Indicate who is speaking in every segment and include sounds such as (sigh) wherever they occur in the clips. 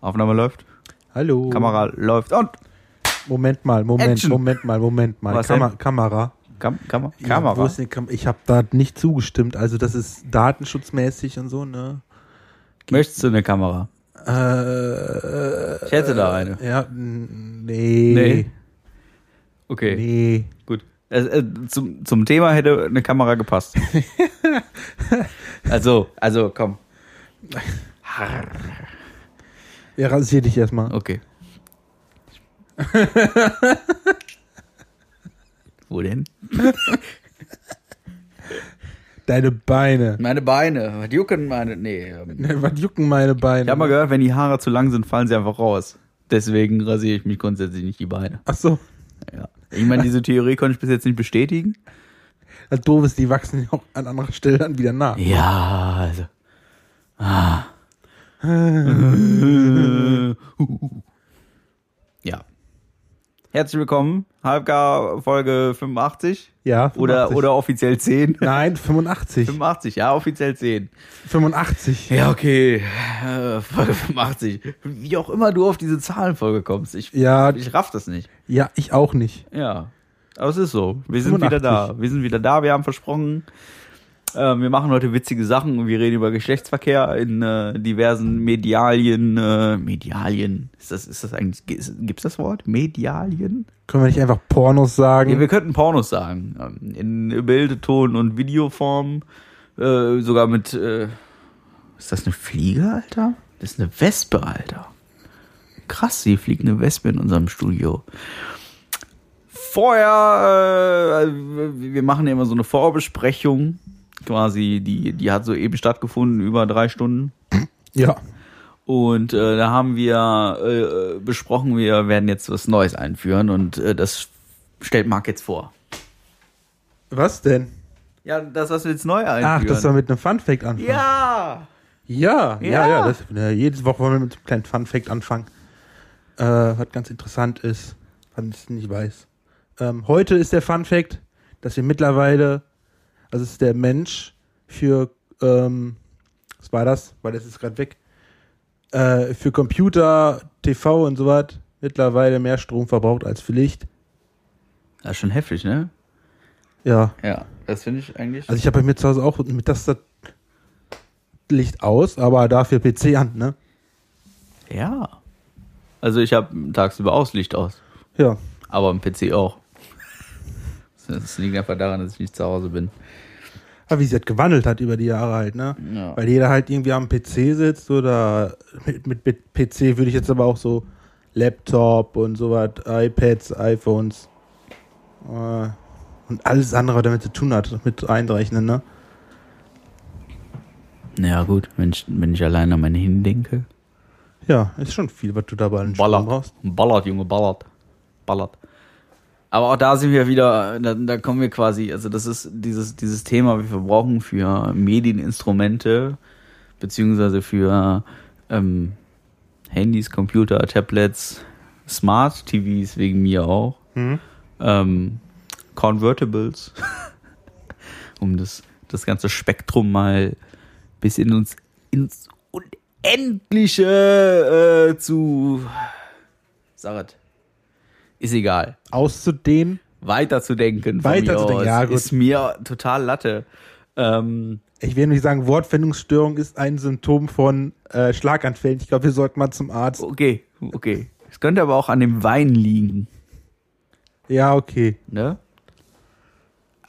Speaker 1: Aufnahme läuft,
Speaker 2: Hallo.
Speaker 1: Kamera läuft und
Speaker 2: Moment mal, Moment,
Speaker 1: Action.
Speaker 2: Moment mal, Moment mal.
Speaker 1: Was
Speaker 2: Kamera. Kamera.
Speaker 1: Kam Kam
Speaker 2: Ja, wo
Speaker 1: Kamera.
Speaker 2: ist denn Kam ich habe da nicht zugestimmt. Also das ist datenschutzmäßig und so, ne?
Speaker 1: Möchtest du eine Kamera?
Speaker 2: Äh,
Speaker 1: Ich hätte da eine.
Speaker 2: ja, n- nee.
Speaker 1: Nee. Okay,
Speaker 2: Nee.
Speaker 1: gut. Äh, äh, zum, zum Thema hätte eine Kamera gepasst. (laughs) also, also komm.
Speaker 2: Ja, rasier dich erstmal.
Speaker 1: Okay. (laughs) Wo denn?
Speaker 2: Deine Beine.
Speaker 1: Meine Beine. Was jucken meine. Nee. ähm,
Speaker 2: Ne, Was jucken meine Beine?
Speaker 1: Ich habe mal gehört, wenn die Haare zu lang sind, fallen sie einfach raus. Deswegen rasiere ich mich grundsätzlich nicht die Beine.
Speaker 2: Ach so.
Speaker 1: Ja. Ich meine, diese Theorie konnte ich bis jetzt nicht bestätigen.
Speaker 2: Das doof ist, die wachsen ja auch an anderer Stelle dann wieder nach.
Speaker 1: Ja, also. Ah. (laughs) ja. Herzlich willkommen. Halbgar Folge 85.
Speaker 2: Ja.
Speaker 1: Oder,
Speaker 2: 85.
Speaker 1: oder offiziell (laughs) 10.
Speaker 2: Nein, 85.
Speaker 1: 85, ja, offiziell 10.
Speaker 2: 85.
Speaker 1: Ja, okay. Äh, Folge 85. Wie auch immer du auf diese Zahlenfolge kommst. Ich,
Speaker 2: Ja,
Speaker 1: ich raff das nicht.
Speaker 2: ja, ich auch nicht.
Speaker 1: Ja. Aber es ist so. Wir sind wieder
Speaker 2: 85.
Speaker 1: da. Wir sind wieder da. Wir haben versprochen, äh, wir machen heute witzige Sachen und wir reden über Geschlechtsverkehr in äh, diversen Medialien. Äh, Medialien. Ist das, ist das eigentlich, ist- gibt's das Wort? Medialien?
Speaker 2: Können wir nicht einfach Pornos sagen?
Speaker 1: Ja, wir könnten Pornos sagen. ähm, In Bild, Ton und Videoform. Äh, sogar mit. Äh, ist das eine Fliege, Alter? Das ist eine Wespe, Alter. Krass, hier fliegt eine Wespe in unserem Studio. Vorher, äh, wir machen ja immer so eine Vorbesprechung. Quasi, die, die hat so eben stattgefunden, über drei Stunden.
Speaker 2: ja.
Speaker 1: Und äh, da haben wir äh, besprochen, wir werden jetzt was Neues einführen und äh, das stellt Marc jetzt vor.
Speaker 2: Was denn?
Speaker 1: Ja, das, was wir jetzt neu einführen.
Speaker 2: Ach, dass wir mit einem Funfact anfangen.
Speaker 1: Ja!
Speaker 2: ja, ja.
Speaker 1: Ja.
Speaker 2: ja, das, ne, jede Woche wollen wir mit einem kleinen Funfact anfangen. Äh, was ganz interessant ist, wenn ich es nicht weiß. Ähm, heute ist der Funfact, dass wir mittlerweile, also es ist der Mensch für, ähm, was war das? Weil das ist gerade weg. Äh, für Computer, TV und so was mittlerweile mehr Strom verbraucht als für Licht.
Speaker 1: Das ist schon heftig, ne?
Speaker 2: Ja.
Speaker 1: Ja, das finde ich eigentlich.
Speaker 2: Also ich habe bei mir zu Hause auch mit das das Licht aus, aber dafür PC an, ne?
Speaker 1: ja. Also ich habe tagsüber aus Licht aus,
Speaker 2: Ja.
Speaker 1: aber am PC auch. Das liegt einfach daran, dass ich nicht zu Hause bin.
Speaker 2: Aber wie sie das gewandelt hat über die Jahre halt, ne?
Speaker 1: Ja.
Speaker 2: Weil jeder halt irgendwie am PC sitzt oder mit, mit, mit PC würde ich jetzt aber auch so Laptop und sowas, iPads, iPhones äh, und alles andere, was damit zu tun hat, mit einrechnen, ne?
Speaker 1: Ja gut, wenn ich, wenn ich alleine an mein Handy denke.
Speaker 2: Ja, ist schon viel, was du dabei an Strom brauchst.
Speaker 1: Ballert, Junge, ballert. Ballert. Aber auch da sind wir wieder, da, da kommen wir quasi, also das ist dieses, dieses Thema, wir verbrauchen für Medieninstrumente, beziehungsweise für ähm, Handys, Computer, Tablets, Smart TVs wegen mir auch, ähm, Convertibles, (laughs) um das, das ganze Spektrum mal bis in uns ins Unendliche äh, zu Sarat. Ist egal.
Speaker 2: Auszudehnen,
Speaker 1: Weiterzudenken. von
Speaker 2: Weiterzudenken,
Speaker 1: mir aus
Speaker 2: ja, gut.
Speaker 1: Ist mir total Latte. Ähm,
Speaker 2: ich will nicht sagen, Wortfindungsstörung ist ein Symptom von äh, Schlaganfällen. Ich glaube, wir sollten mal zum Arzt.
Speaker 1: okay, okay. Es könnte aber auch an dem Wein liegen.
Speaker 2: Ja, okay.
Speaker 1: Ne?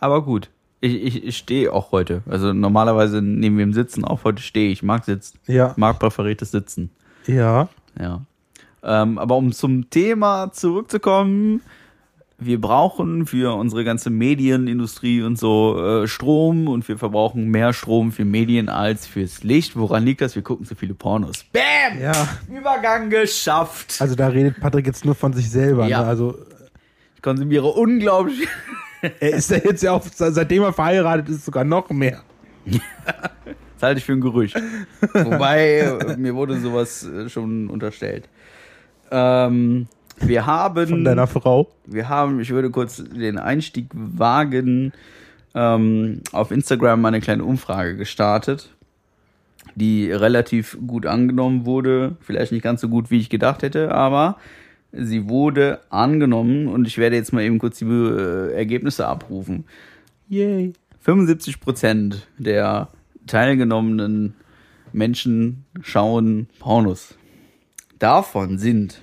Speaker 1: Aber gut. Ich, ich, ich stehe auch heute. Also normalerweise nehmen wir im Sitzen auf. Heute stehe ich. Marc sitzt.
Speaker 2: Ja.
Speaker 1: Marc präferiert das Sitzen.
Speaker 2: Ja.
Speaker 1: Ja. Ähm, aber um zum Thema zurückzukommen, wir brauchen für unsere ganze Medienindustrie und so äh, Strom und wir verbrauchen mehr Strom für Medien als fürs Licht. Woran liegt das? Wir gucken zu viele Pornos. Bam!
Speaker 2: Ja.
Speaker 1: Übergang geschafft.
Speaker 2: Also da redet Patrick jetzt nur von sich selber.
Speaker 1: Ja.
Speaker 2: Ne? Also
Speaker 1: Ich konsumiere unglaublich.
Speaker 2: er ist ja jetzt ja auch, seitdem er verheiratet ist, sogar noch mehr.
Speaker 1: Das halte ich für ein Gerücht.
Speaker 2: (laughs)
Speaker 1: Wobei, äh, mir wurde sowas äh, schon unterstellt. Ähm, wir haben.
Speaker 2: Von deiner Frau.
Speaker 1: Wir haben, ich würde kurz den Einstieg wagen, ähm, auf Instagram eine kleine Umfrage gestartet. die relativ gut angenommen wurde. Vielleicht nicht ganz so gut, wie ich gedacht hätte, aber sie wurde angenommen und ich werde jetzt mal eben kurz die äh, Ergebnisse abrufen.
Speaker 2: Yay.
Speaker 1: 75 Prozent der teilgenommenen Menschen schauen Pornos. Davon sind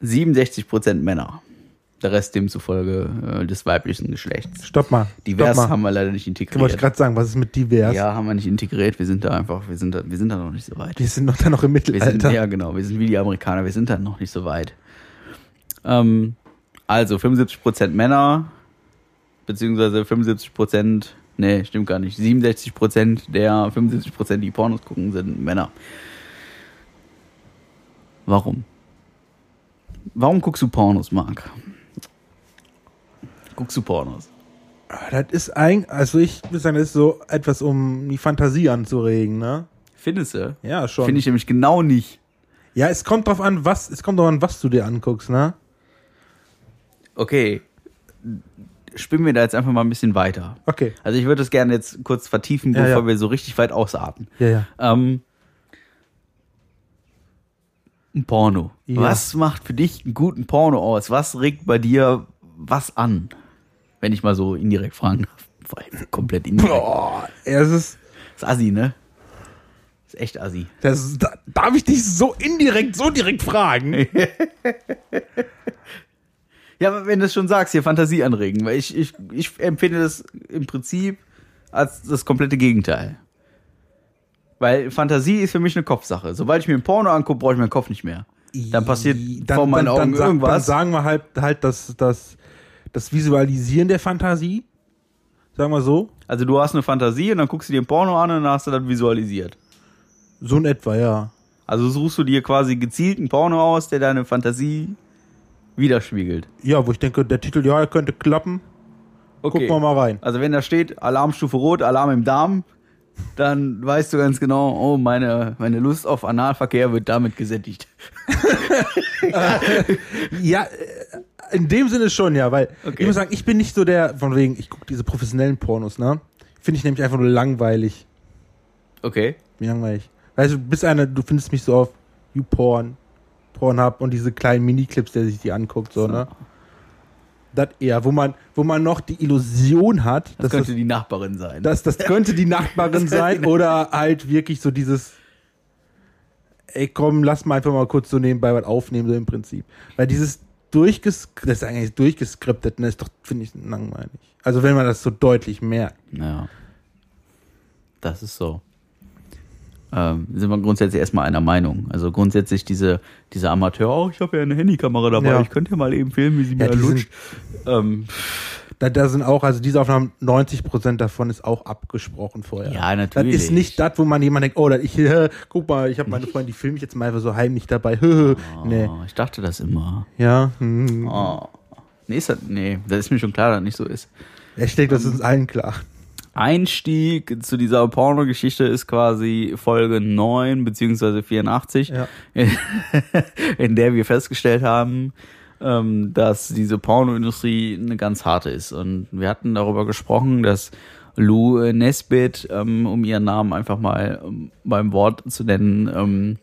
Speaker 1: 67 Prozent Männer. Der Rest demzufolge äh, des weiblichen Geschlechts.
Speaker 2: Stopp mal.
Speaker 1: Divers
Speaker 2: stopp mal.
Speaker 1: haben wir leider nicht
Speaker 2: Ich wollte
Speaker 1: integriert.
Speaker 2: gerade sagen, was ist mit divers?
Speaker 1: Ja, haben wir nicht integriert. Wir sind da einfach, wir sind da, wir sind da noch nicht so weit.
Speaker 2: Wir sind noch da noch im
Speaker 1: Wir sind,
Speaker 2: Mittelalter.
Speaker 1: ja, genau. Wir sind wie die Amerikaner. Wir sind dann noch nicht so weit. Ähm, also 75% Männer, beziehungsweise 75%, nee, stimmt gar nicht. 67% der 75%, die Pornos gucken, sind Männer. Warum? Warum guckst du Pornos, Marc? Guckst du Pornos?
Speaker 2: Das ist eigentlich, also ich würde sagen, das ist so etwas, um die Fantasie anzuregen, ne?
Speaker 1: Findest du?
Speaker 2: Ja, schon.
Speaker 1: Finde ich nämlich genau nicht.
Speaker 2: Ja, es kommt drauf an, was, es kommt drauf an, was du dir anguckst, ne?
Speaker 1: Okay, spinnen wir da jetzt einfach mal ein bisschen weiter.
Speaker 2: Okay.
Speaker 1: Also ich würde das gerne jetzt kurz vertiefen,
Speaker 2: Ja,
Speaker 1: bevor
Speaker 2: ja.
Speaker 1: wir so richtig weit ausatmen.
Speaker 2: Ja, ja.
Speaker 1: Ähm, ein Porno.
Speaker 2: Ja.
Speaker 1: Was macht für dich einen guten Porno aus? Was regt bei dir was an? Wenn ich mal so indirekt fragen darf. Vor allem komplett indirekt.
Speaker 2: Boah, es ist,
Speaker 1: Das ist assi, ne? Das ist echt assi.
Speaker 2: das ist, da, darf ich dich so indirekt, so direkt fragen? ne?
Speaker 1: Ja, aber wenn du es schon sagst, hier Fantasie anregen. Weil ich, ich, ich empfinde das im Prinzip als das komplette Gegenteil. Weil Fantasie ist für mich eine Kopfsache. Sobald ich mir ein Porno angucke, brauche ich meinen Kopf nicht mehr. Dann passiert vor meinen Augen
Speaker 2: dann, sa- Dann
Speaker 1: irgendwas.
Speaker 2: sagen wir halt, halt das, das, das Visualisieren der Fantasie. Sagen wir so.
Speaker 1: also du hast eine Fantasie und dann guckst du dir ein Porno an und dann hast du das visualisiert.
Speaker 2: So in etwa, ja.
Speaker 1: Also suchst du dir quasi gezielt einen Porno aus, der deine Fantasie widerspiegelt.
Speaker 2: Ja, wo ich denke, der Titel, ja, könnte klappen.
Speaker 1: Okay.
Speaker 2: Gucken wir mal rein.
Speaker 1: Also wenn da steht Alarmstufe Rot, Alarm im Darm, dann weißt du ganz genau, oh, meine, meine Lust auf Analverkehr wird damit gesättigt.
Speaker 2: Ja, äh, in dem Sinne schon, ja, weil
Speaker 1: Okay.
Speaker 2: ich muss sagen, ich bin nicht so der, von wegen, ich gucke diese professionellen Pornos, ne? Finde ich nämlich einfach nur langweilig.
Speaker 1: Okay.
Speaker 2: Wie langweilig. Weißt du, du bist einer, du findest mich so auf YouPorn, Pornhub und diese kleinen Miniclips, der sich die anguckt, so, ne? Das eher, wo man, wo man noch die Illusion hat,
Speaker 1: Das
Speaker 2: dass
Speaker 1: könnte
Speaker 2: das,
Speaker 1: die Nachbarin sein.
Speaker 2: das, das könnte die Nachbarin sein oder halt wirklich so dieses, ey komm, lass mal einfach mal kurz so nebenbei was aufnehmen, so im Prinzip. Weil dieses durchges das ist eigentlich durchgeskriptet, ne, ist doch, finde ich, langweilig. Also wenn man das so deutlich merkt.
Speaker 1: ja. Das ist so. Ähm, sind wir grundsätzlich erstmal einer Meinung. Also grundsätzlich diese, diese Amateur, oh, ich habe ja eine Handykamera dabei,
Speaker 2: Ja.
Speaker 1: ich könnte ja mal eben filmen, wie sie
Speaker 2: Ja,
Speaker 1: mir
Speaker 2: die
Speaker 1: lutscht. Ähm,
Speaker 2: Da, da sind auch, also diese Aufnahmen, 90% davon ist auch abgesprochen vorher.
Speaker 1: Ja,
Speaker 2: Das
Speaker 1: natürlich.
Speaker 2: ist nicht das, wo man jemand denkt, oh, das ich, (laughs) äh, guck mal, ich habe meine Freundin, die filme ich jetzt mal einfach so heimlich dabei. (laughs) nee.
Speaker 1: oh, ich dachte das immer.
Speaker 2: Ja. Hm.
Speaker 1: Oh. Nee, ist das, nee, das ist mir schon klar, dass das nicht so ist.
Speaker 2: Ich denke, das ist uns allen klar.
Speaker 1: Einstieg zu dieser Porno-Geschichte ist quasi Folge 9 beziehungsweise 84,
Speaker 2: Ja.
Speaker 1: (laughs) in der wir festgestellt haben, ähm, dass diese Pornoindustrie eine ganz harte ist. Und wir hatten darüber gesprochen, dass Lou äh, Nesbitt, ähm, um ihren Namen einfach mal ähm, beim Wort zu nennen, ähm,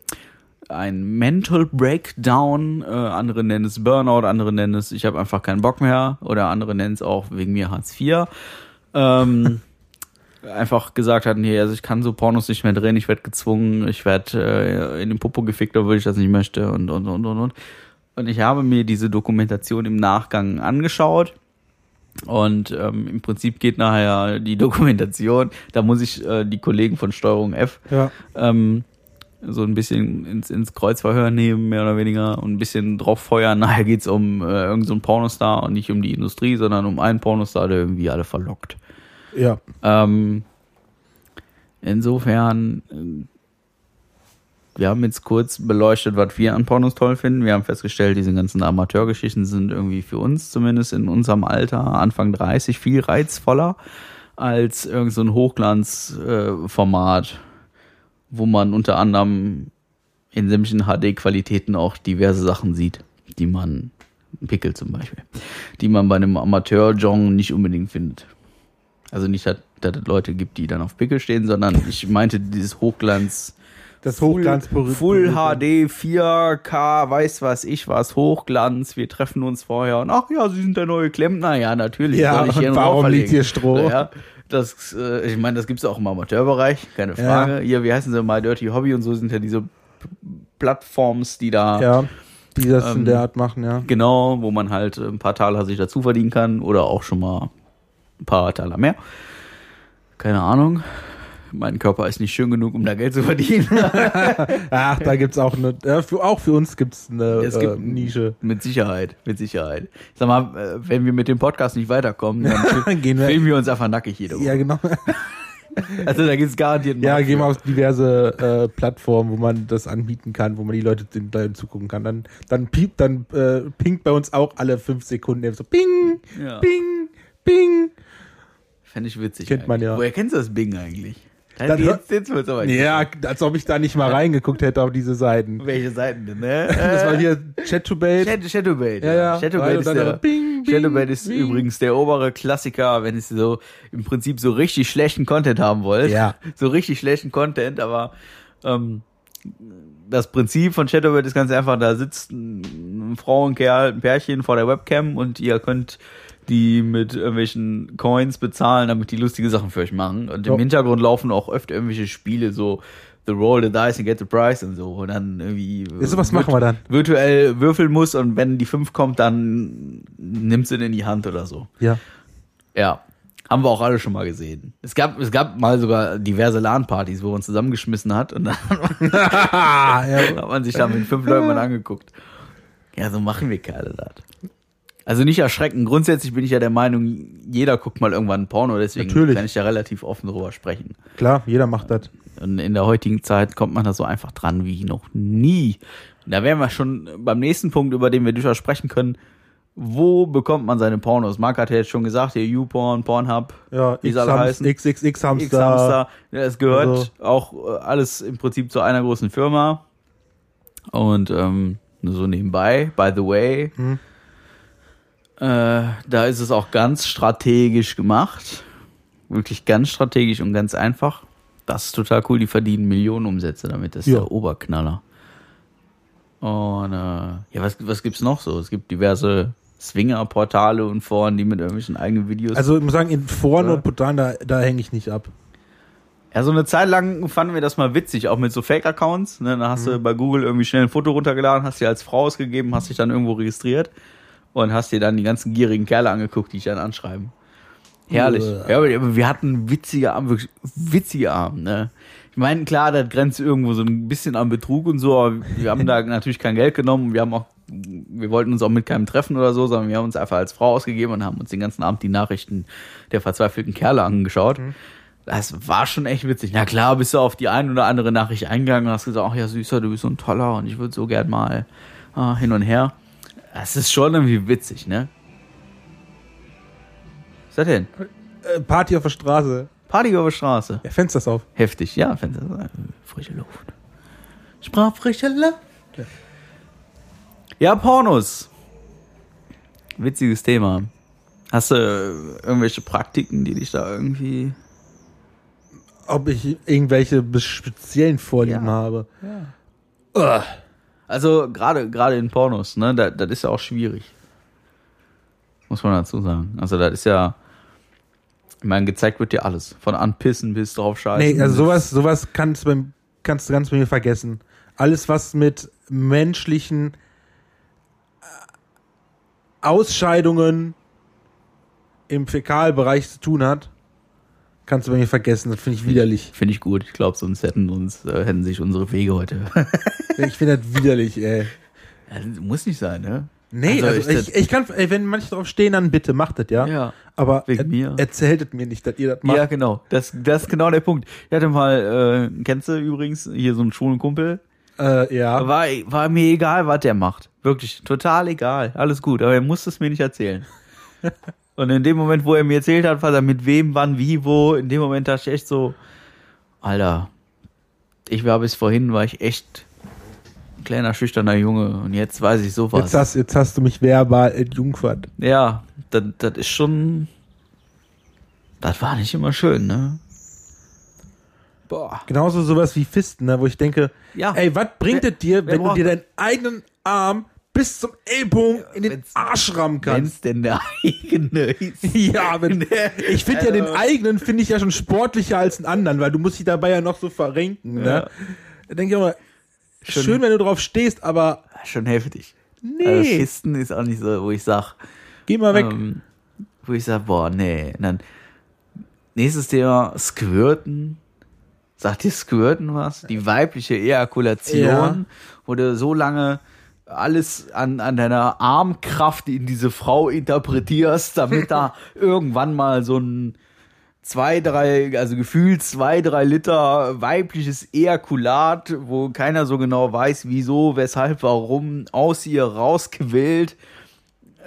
Speaker 1: ein Mental Breakdown, äh, andere nennen es Burnout, andere nennen es, ich habe einfach keinen Bock mehr oder andere nennen es auch wegen mir Hartz IV ähm, einfach gesagt hat, nee, also ich kann so Pornos nicht mehr drehen, ich werde gezwungen, ich werde äh, in den Popo gefickt, obwohl ich das nicht möchte und und und und und. Und ich habe mir diese Dokumentation im Nachgang angeschaut. Und ähm, im Prinzip geht nachher die (laughs) Dokumentation, da muss ich äh, die Kollegen von Steuerung F
Speaker 2: Ja.
Speaker 1: ähm, so ein bisschen ins, ins Kreuzverhör nehmen, mehr oder weniger, und ein bisschen drauf feuern. (laughs) Nachher geht's um äh, irgendeinen so einen Pornostar und nicht um die Industrie, sondern um einen Pornostar, der irgendwie alle verlockt.
Speaker 2: Ja.
Speaker 1: Ähm, insofern, ähm, wir haben jetzt kurz beleuchtet, was wir an Pornos toll finden. Wir haben festgestellt, diese ganzen Amateurgeschichten sind irgendwie für uns, zumindest in unserem Alter, Anfang 30, viel reizvoller als irgendein so ein Hochglanzformat, äh, Format, wo man unter anderem in sämtlichen HD-Qualitäten auch diverse Sachen sieht, die man, Pickel zum Beispiel, die man bei einem Amateur-Genre nicht unbedingt findet. Also nicht, dass dass es Leute gibt, die dann auf Pickel stehen, sondern ich meinte dieses Hochglanz.
Speaker 2: Das Hochglanz
Speaker 1: Full,
Speaker 2: berührt-
Speaker 1: Full
Speaker 2: berührt-
Speaker 1: HD, 4K, weiß was ich was, Hochglanz, wir treffen uns vorher und ach ja, Sie sind der neue Klempner, ja, natürlich.
Speaker 2: Ja,
Speaker 1: soll ich
Speaker 2: und
Speaker 1: einen
Speaker 2: warum
Speaker 1: Rohr
Speaker 2: liegt hier
Speaker 1: verlegen?
Speaker 2: Stroh?
Speaker 1: Ja, das, äh, ich meine, das gibt's auch im Amateurbereich, keine Frage. Hier, wie heißen sie mal, Dirty Hobby und so sind ja diese P- Plattforms, die da
Speaker 2: Ja, die das
Speaker 1: Ähm,
Speaker 2: in der Art machen, ja.
Speaker 1: Genau, wo man halt ein paar Taler sich dazu verdienen kann oder auch schon mal ein paar Taler mehr. Keine Ahnung. Mein Körper ist nicht schön genug, um da Geld zu
Speaker 2: (laughs)
Speaker 1: verdienen.
Speaker 2: Ach, da gibt's auch eine, ja, für, auch für uns gibt's eine
Speaker 1: Es
Speaker 2: äh,
Speaker 1: gibt- (laughs)
Speaker 2: Nische.
Speaker 1: mit Sicherheit, mit Sicherheit. Ich Sag mal, äh, wenn wir mit dem Podcast nicht weiterkommen,
Speaker 2: (laughs)
Speaker 1: dann
Speaker 2: Gehen wir,
Speaker 1: filmen wir uns einfach nackig jede Woche.
Speaker 2: ja, genau.
Speaker 1: Also da gibt's garantiert einen
Speaker 2: Ja,
Speaker 1: Markt
Speaker 2: gehen wir
Speaker 1: für.
Speaker 2: auf diverse äh, Plattformen, wo man das anbieten kann, wo man die Leute den, Leuten zugucken kann. Dann, dann piept, dann äh, pingt bei uns auch alle fünf Sekunden eben so Ping,
Speaker 1: Ja.
Speaker 2: Ping, Ping.
Speaker 1: Fände ich witzig.
Speaker 2: Kennt man
Speaker 1: eigentlich.
Speaker 2: ja.
Speaker 1: Woher kennst du das Bing eigentlich?
Speaker 2: Das-
Speaker 1: jetzt, jetzt wird's aber
Speaker 2: Ja, als ob ich da nicht mal reingeguckt hätte auf diese Seiten.
Speaker 1: Welche Seiten denn, ne?
Speaker 2: (laughs) Das war hier Chat to Bait.
Speaker 1: Shad Shadowblade.
Speaker 2: Ja, ja.
Speaker 1: Shadowblade
Speaker 2: Und
Speaker 1: ist,
Speaker 2: dann
Speaker 1: der,
Speaker 2: aber bing, bing,
Speaker 1: Shadowblade ist
Speaker 2: bing.
Speaker 1: übrigens der obere Klassiker, wenn es so im Prinzip so richtig schlechten Content haben wollt.
Speaker 2: Ja.
Speaker 1: (laughs) So richtig schlechten Content, aber ähm, das Prinzip von Shadowblade ist ganz einfach, da sitzt ein Frau und Kerl, ein Pärchen vor der Webcam und ihr könnt die mit irgendwelchen Coins bezahlen, damit die lustige Sachen für euch machen. Und im
Speaker 2: Ja.
Speaker 1: Hintergrund laufen auch oft irgendwelche Spiele, so The Roll the Dice and Get the Prize und so. Und dann irgendwie.
Speaker 2: So was machen wir dann.
Speaker 1: virtuell würfeln muss und wenn die 5 kommt, dann nimmst du den in die Hand oder so.
Speaker 2: Ja.
Speaker 1: Ja. Haben wir auch alle schon mal gesehen. Es gab, es gab mal sogar diverse LAN-Partys, wo man zusammengeschmissen hat und dann Ah,
Speaker 2: ja.
Speaker 1: (laughs) hat man sich da mit fünf Leuten mal angeguckt. Ja, so machen wir Kerle das. Also nicht erschrecken. Grundsätzlich bin ich ja der Meinung, jeder guckt mal irgendwann Porno, deswegen
Speaker 2: Natürlich.
Speaker 1: kann ich da relativ offen drüber sprechen.
Speaker 2: Klar, jeder macht das.
Speaker 1: Und in der heutigen Zeit kommt man da so einfach dran wie noch nie. Und da wären wir schon beim nächsten Punkt, über den wir durchaus sprechen können. Wo bekommt man seine Pornos? Marc hat ja jetzt schon gesagt, hier YouPorn, Pornhub,
Speaker 2: Ja,
Speaker 1: wie sie alle heißen.
Speaker 2: XXX-Hamster.
Speaker 1: X-Hamster. Ja, es gehört
Speaker 2: Also-
Speaker 1: auch äh, alles im Prinzip zu einer großen Firma. Und ähm, nur so nebenbei, by the way,
Speaker 2: Hm.
Speaker 1: äh, da ist es auch ganz strategisch gemacht. Wirklich ganz strategisch und ganz einfach. Das ist total cool. Die verdienen Millionen Umsätze damit. Das ist
Speaker 2: Ja.
Speaker 1: der Oberknaller. Und äh, ja, was, was gibt's noch so? Es gibt diverse Swinger-Portale und Foren, die mit irgendwelchen eigenen Videos
Speaker 2: Also ich muss sagen, in Foren
Speaker 1: Ja.
Speaker 2: und Portalen, da, da hänge ich nicht ab.
Speaker 1: Ja, so eine Zeit lang fanden wir das mal witzig, auch mit so Fake-Accounts. Ne? Dann hast du bei Google irgendwie schnell ein Foto runtergeladen, hast dir als Frau ausgegeben, hast dich dann irgendwo registriert und hast dir dann die ganzen gierigen Kerle angeguckt, die dich dann anschreiben. Herrlich.
Speaker 2: Uah.
Speaker 1: Ja, aber aber wir hatten witzige Abend, wirklich witzige Abend, ne? Ich meine, klar, das grenzt irgendwo so ein bisschen an Betrug und so, aber wir haben da (laughs) natürlich kein Geld genommen. Wir haben auch, wir wollten uns auch mit keinem treffen oder so, sondern wir haben uns einfach als Frau ausgegeben und haben uns den ganzen Abend die Nachrichten der verzweifelten Kerle angeschaut. Das war schon echt witzig. Na klar, bist du auf die ein oder andere Nachricht eingegangen und hast gesagt, ach ja, Süßer, du bist so ein Toller und ich würde so gern mal ah, hin und her. Das ist schon irgendwie witzig, ne? Was ist das denn?
Speaker 2: Äh, Party auf der Straße.
Speaker 1: Party auf der Straße.
Speaker 2: Ja, Fensters auf.
Speaker 1: Heftig, ja, Fenster. äh, Frische Luft. Sprach frische Luft. Ja, Pornos. Witziges Thema. Hast du äh, irgendwelche Praktiken, die dich da irgendwie.
Speaker 2: Ob ich irgendwelche bes- speziellen Vorlieben
Speaker 1: Ja.
Speaker 2: habe.
Speaker 1: Also gerade gerade in Pornos, ne, da, das ist ja auch schwierig. Muss man dazu sagen. Also das ist ja, ich meine, gezeigt wird dir alles. Von anpissen bis drauf scheißen.
Speaker 2: Nee, also sowas, sowas kannst, beim, kannst du ganz bei mir vergessen. Alles, was mit menschlichen äh, Ausscheidungen im Fäkalbereich zu tun hat, kannst du bei mir vergessen. Das finde ich widerlich.
Speaker 1: Finde ich gut. Ich glaube, sonst hätten uns äh, hätten sich unsere Wege heute. (laughs)
Speaker 2: Ich finde das widerlich, ey.
Speaker 1: Also, muss nicht sein, ne?
Speaker 2: Nee, also,
Speaker 1: Also ich-
Speaker 2: ich, ich kann, ey, wenn manche drauf stehen, dann bitte macht das, ja?
Speaker 1: Ja.
Speaker 2: Aber
Speaker 1: Wegen
Speaker 2: er,
Speaker 1: mir.
Speaker 2: erzählt es mir nicht, dass ihr das macht.
Speaker 1: Ja, genau. Das, das ist genau der Punkt. Ich hatte mal, äh, kennst du übrigens hier so einen schwulen Kumpel?
Speaker 2: Äh, ja.
Speaker 1: War, war mir egal, was der macht. Wirklich, total egal. Alles gut, aber er musste es mir nicht
Speaker 2: (laughs)
Speaker 1: erzählen. Und in dem Moment, wo er mir erzählt hat, was er mit wem, wann, wie, wo, in dem Moment dachte ich echt so, Alter, ich war bis vorhin, war ich echt ein kleiner, schüchterner Junge und jetzt weiß ich sowas.
Speaker 2: Jetzt hast, jetzt hast du mich verbal entjungfert.
Speaker 1: Ja, das, das ist schon. Das war nicht immer schön, ne? Boah.
Speaker 2: Genauso sowas wie Fisten, ne, wo ich denke,
Speaker 1: Ja.
Speaker 2: ey, was bringt
Speaker 1: Wer-
Speaker 2: es dir,
Speaker 1: wer
Speaker 2: wenn du
Speaker 1: braucht
Speaker 2: dir deinen eigenen Arm bis zum Ellbogen in den
Speaker 1: wenn's-
Speaker 2: Arsch rammen kannst?
Speaker 1: Wenn's denn der eigene
Speaker 2: (laughs)
Speaker 1: ist. Also, (laughs)
Speaker 2: Ja, wenn, ich finde ja den eigenen finde ich ja schon sportlicher als den anderen, weil du musst dich dabei ja noch so verrenken, ne? Da denke ich immer, schön.
Speaker 1: Schön.
Speaker 2: schön, wenn du drauf stehst, aber
Speaker 1: Schon heftig.
Speaker 2: nee,
Speaker 1: Also Fisten ist auch nicht so, wo ich sag,
Speaker 2: geh mal weg.
Speaker 1: ähm, wo ich sag, boah, nee. Und dann nächstes Thema, Squirten. Sagt dir Squirten was? Die weibliche Ejakulation,
Speaker 2: Ja.
Speaker 1: wo du so lange alles an, an deiner Armkraft in diese Frau interpretierst, damit
Speaker 2: (laughs)
Speaker 1: da irgendwann mal so ein zwei, drei, also gefühlt zwei, drei Liter weibliches Ejakulat, wo keiner so genau weiß, wieso, weshalb, warum, aus ihr rausgewählt,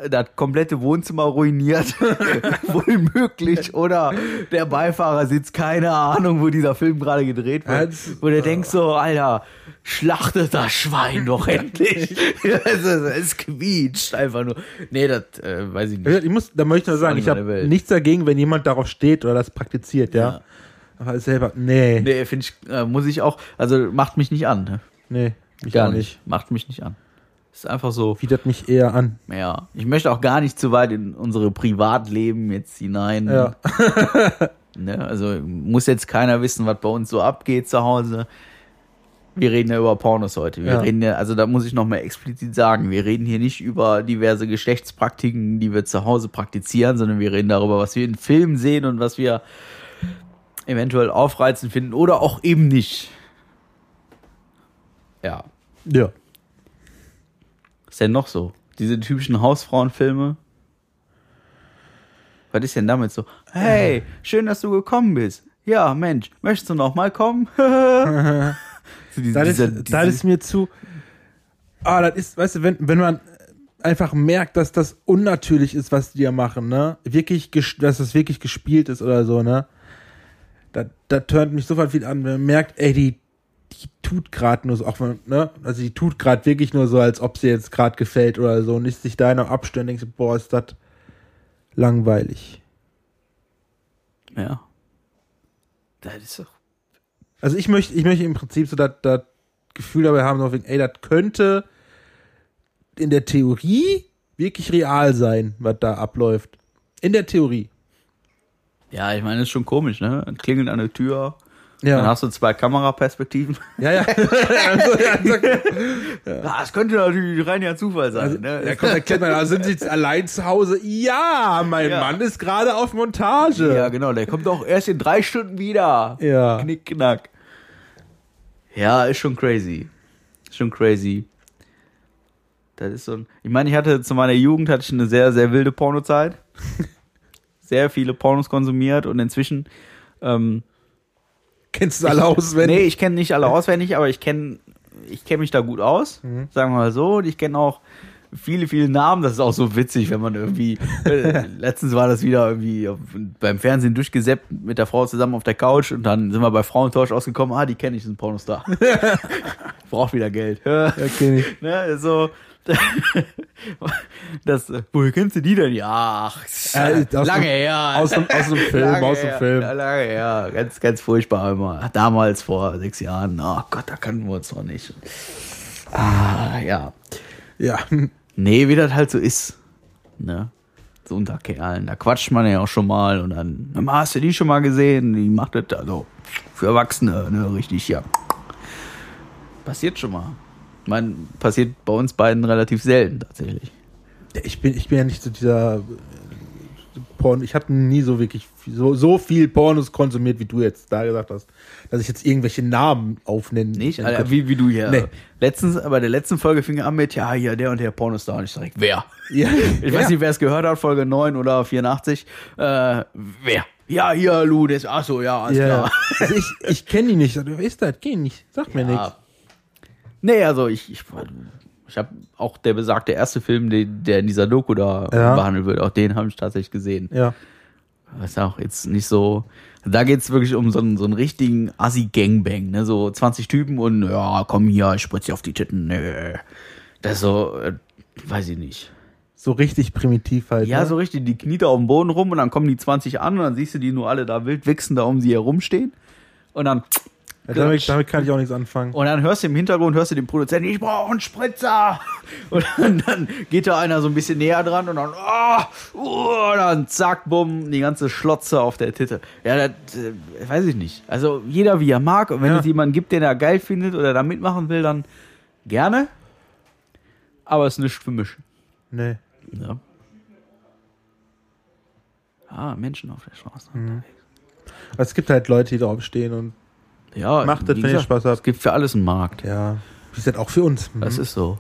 Speaker 1: äh, das komplette Wohnzimmer ruiniert, (laughs) wohl möglich, oder der Beifahrersitz, keine Ahnung, wo dieser Film gerade gedreht wird,
Speaker 2: Das-
Speaker 1: wo du denkst so, Alter, schlachtet das Schwein doch endlich. es, es, es quietscht einfach nur. Nee, das äh, weiß ich
Speaker 2: Wie
Speaker 1: nicht.
Speaker 2: gesagt, Ich muss, da möchte ich nur sagen,
Speaker 1: nicht
Speaker 2: ich
Speaker 1: meine
Speaker 2: habe
Speaker 1: Welt.
Speaker 2: nichts dagegen, wenn jemand darauf steht oder das praktiziert, ja.
Speaker 1: Ja.
Speaker 2: Aber selber, nee, nee,
Speaker 1: Nee, finde ich, äh, muss ich auch, also macht mich nicht an, ne?
Speaker 2: mich
Speaker 1: Gar
Speaker 2: auch
Speaker 1: nicht. Macht mich nicht an. Ist einfach so.
Speaker 2: Widert mich eher an.
Speaker 1: Ja. Ich möchte auch gar nicht zu weit in unsere Privatleben jetzt hinein.
Speaker 2: Ja.
Speaker 1: Ne? Also muss jetzt keiner wissen, was bei uns so abgeht zu Hause. Wir reden ja über Pornos heute. Wir
Speaker 2: Ja.
Speaker 1: reden ja, also da muss ich nochmal explizit sagen, wir reden hier nicht über diverse Geschlechtspraktiken, die wir zu Hause praktizieren, sondern wir reden darüber, was wir in Filmen sehen und was wir eventuell aufreizend finden oder auch eben nicht. Ja.
Speaker 2: Ja.
Speaker 1: Was ist denn noch so? Diese typischen Hausfrauenfilme? Was ist denn damit so? Hey, schön, dass du gekommen bist. Ja, Mensch, möchtest du noch mal
Speaker 2: (laughs)
Speaker 1: kommen? (laughs) so die, dieser-
Speaker 2: Das, ist,
Speaker 1: diese-
Speaker 2: das ist mir zu. Ah, das ist, weißt du, wenn, wenn man einfach merkt, dass das unnatürlich ist, was die da machen, ne? Wirklich, ges- dass das wirklich gespielt ist oder so, ne? Da, da turnt mich sofort viel an, wenn man merkt, ey, die, die tut gerade nur so, auch wenn, ne? Also die tut gerade wirklich nur so, als ob sie jetzt gerade gefällt oder so und ist sich da in einem Abstand denkst, du, boah, ist das langweilig.
Speaker 1: ja. Das ist doch.
Speaker 2: Also ich möchte, ich möchte im Prinzip so das, das Gefühl dabei haben, so wegen, ey, das könnte in der Theorie wirklich real sein, was da abläuft. In der Theorie.
Speaker 1: Ja, ich meine, das ist schon komisch, ne? Dann Klingelt an der Tür. Dann
Speaker 2: Ja.
Speaker 1: hast du zwei Kameraperspektiven.
Speaker 2: Ja, ja. also, ja, sag-
Speaker 1: (laughs) Ah, Das könnte natürlich rein ja Zufall sein,
Speaker 2: also,
Speaker 1: ne?
Speaker 2: ja,
Speaker 1: (laughs)
Speaker 2: komm, erklärt man, also sind sie jetzt allein zu Hause? Ja, mein
Speaker 1: Ja.
Speaker 2: Mann ist gerade auf Montage.
Speaker 1: Ja, genau, der kommt auch erst in drei Stunden wieder.
Speaker 2: Ja.
Speaker 1: Knick, knack. Ja, ist schon crazy. Ist schon crazy. Das ist so ein. Ich meine, ich hatte zu meiner Jugend hatte ich eine sehr, sehr wilde Pornozeit. (laughs) sehr viele Pornos konsumiert und inzwischen. Ähm,
Speaker 2: Kennst du alle auswendig?
Speaker 1: nee, ich kenne nicht alle auswendig, aber ich kenne ich kenn mich da gut aus,
Speaker 2: Mhm.
Speaker 1: sagen wir mal so. Und ich kenne auch viele, viele Namen. Das ist auch so witzig, wenn man
Speaker 2: (laughs)
Speaker 1: irgendwie. äh, letztens war das wieder irgendwie auf, beim Fernsehen durchgesäppt mit der Frau zusammen auf der Couch und dann sind wir bei Frauentausch ausgekommen. Ah, die kenne ich, das ist ein Pornostar.
Speaker 2: (laughs)
Speaker 1: Braucht wieder Geld. (laughs)
Speaker 2: Ja, kenn ich.
Speaker 1: ne, so. (laughs) das, äh, woher kennst du die denn? Ja, ach,
Speaker 2: Äh, aus dem-
Speaker 1: lange her.
Speaker 2: Aus dem, aus dem
Speaker 1: (laughs)
Speaker 2: Film,
Speaker 1: Lange
Speaker 2: aus dem
Speaker 1: her,
Speaker 2: Film.
Speaker 1: Ja, lange her. Ganz, ganz furchtbar immer. Damals vor sechs Jahren. Oh Gott, da kannten wir uns noch nicht. Ah, ja.
Speaker 2: Ja.
Speaker 1: Nee, wie das halt so ist. Ne? So unter Kerlen. Da quatscht man ja auch schon mal und dann, "Hm, hast du die schon mal gesehen? Die macht das da so. Für Erwachsene, ne? Richtig, ja. Passiert schon mal. Ich meine, passiert bei uns beiden relativ selten tatsächlich.
Speaker 2: Ja, Ich bin, ich bin ja nicht so dieser äh, Porn. Ich habe nie so wirklich viel- so, so viel Pornos konsumiert, wie du jetzt da gesagt hast, dass ich jetzt irgendwelche Namen aufnennen.
Speaker 1: Nicht?
Speaker 2: nennen
Speaker 1: Alter,
Speaker 2: könnte.
Speaker 1: Also äh, wie, wie du hier.
Speaker 2: Nee.
Speaker 1: Letztens, bei der letzten Folge fing er an mit, ja, hier, der und der Pornostar. Und ich direkt, wer?
Speaker 2: Ja.
Speaker 1: (laughs) Ich weiß
Speaker 2: Ja.
Speaker 1: nicht, wer es gehört hat, Folge 9 oder 84. Äh, wer? Ja, hier, Lou, das, ach so, ja, alles
Speaker 2: Ja.
Speaker 1: klar.
Speaker 2: Also ich ich kenne die nicht. Also, Du weißt das, kenn nicht. Sag mir nichts.
Speaker 1: genau. Ja. Ah. Nee, also ich, ich, ich habe auch der besagte erste Film, den, der in dieser Doku da
Speaker 2: Ja.
Speaker 1: behandelt wird, auch den habe ich tatsächlich gesehen.
Speaker 2: Ja.
Speaker 1: Das ist auch jetzt nicht so. Da geht's wirklich um so einen, so einen richtigen Assi-Gangbang, ne? So 20 Typen und ja, komm hier, ich spritze dir auf die Titten. Nö. Das ist so, äh, weiß ich nicht.
Speaker 2: So richtig primitiv halt.
Speaker 1: Ja,
Speaker 2: ne?
Speaker 1: so richtig, die kniet da auf dem Boden rum und dann kommen die 20 an und dann siehst du die nur alle da wild wichsen, da um sie herumstehen. Und dann,
Speaker 2: ja, damit, damit kann ich auch nichts anfangen.
Speaker 1: und dann hörst du im Hintergrund, hörst du den Produzenten, ich brauche einen Spritzer. (laughs) Und dann, dann geht da einer so ein bisschen näher dran und dann, oh, oh, und dann zack, bumm, die ganze Schlotze auf der Titte. Ja, das äh, weiß ich nicht. Also jeder wie er mag und wenn
Speaker 2: Ja.
Speaker 1: es jemanden gibt, den er geil findet oder da mitmachen will, dann gerne. Aber es ist nicht für mich.
Speaker 2: Nee.
Speaker 1: Ja. Ah, Menschen auf der Straße.
Speaker 2: Aber es gibt halt Leute, die drauf stehen und
Speaker 1: Ja,
Speaker 2: Macht das,
Speaker 1: wie
Speaker 2: wenn ihr
Speaker 1: gesagt,
Speaker 2: Spaß habt.
Speaker 1: Es gibt für alles einen Markt.
Speaker 2: ja, wie gesagt, auch für uns. Mhm.
Speaker 1: Das ist so.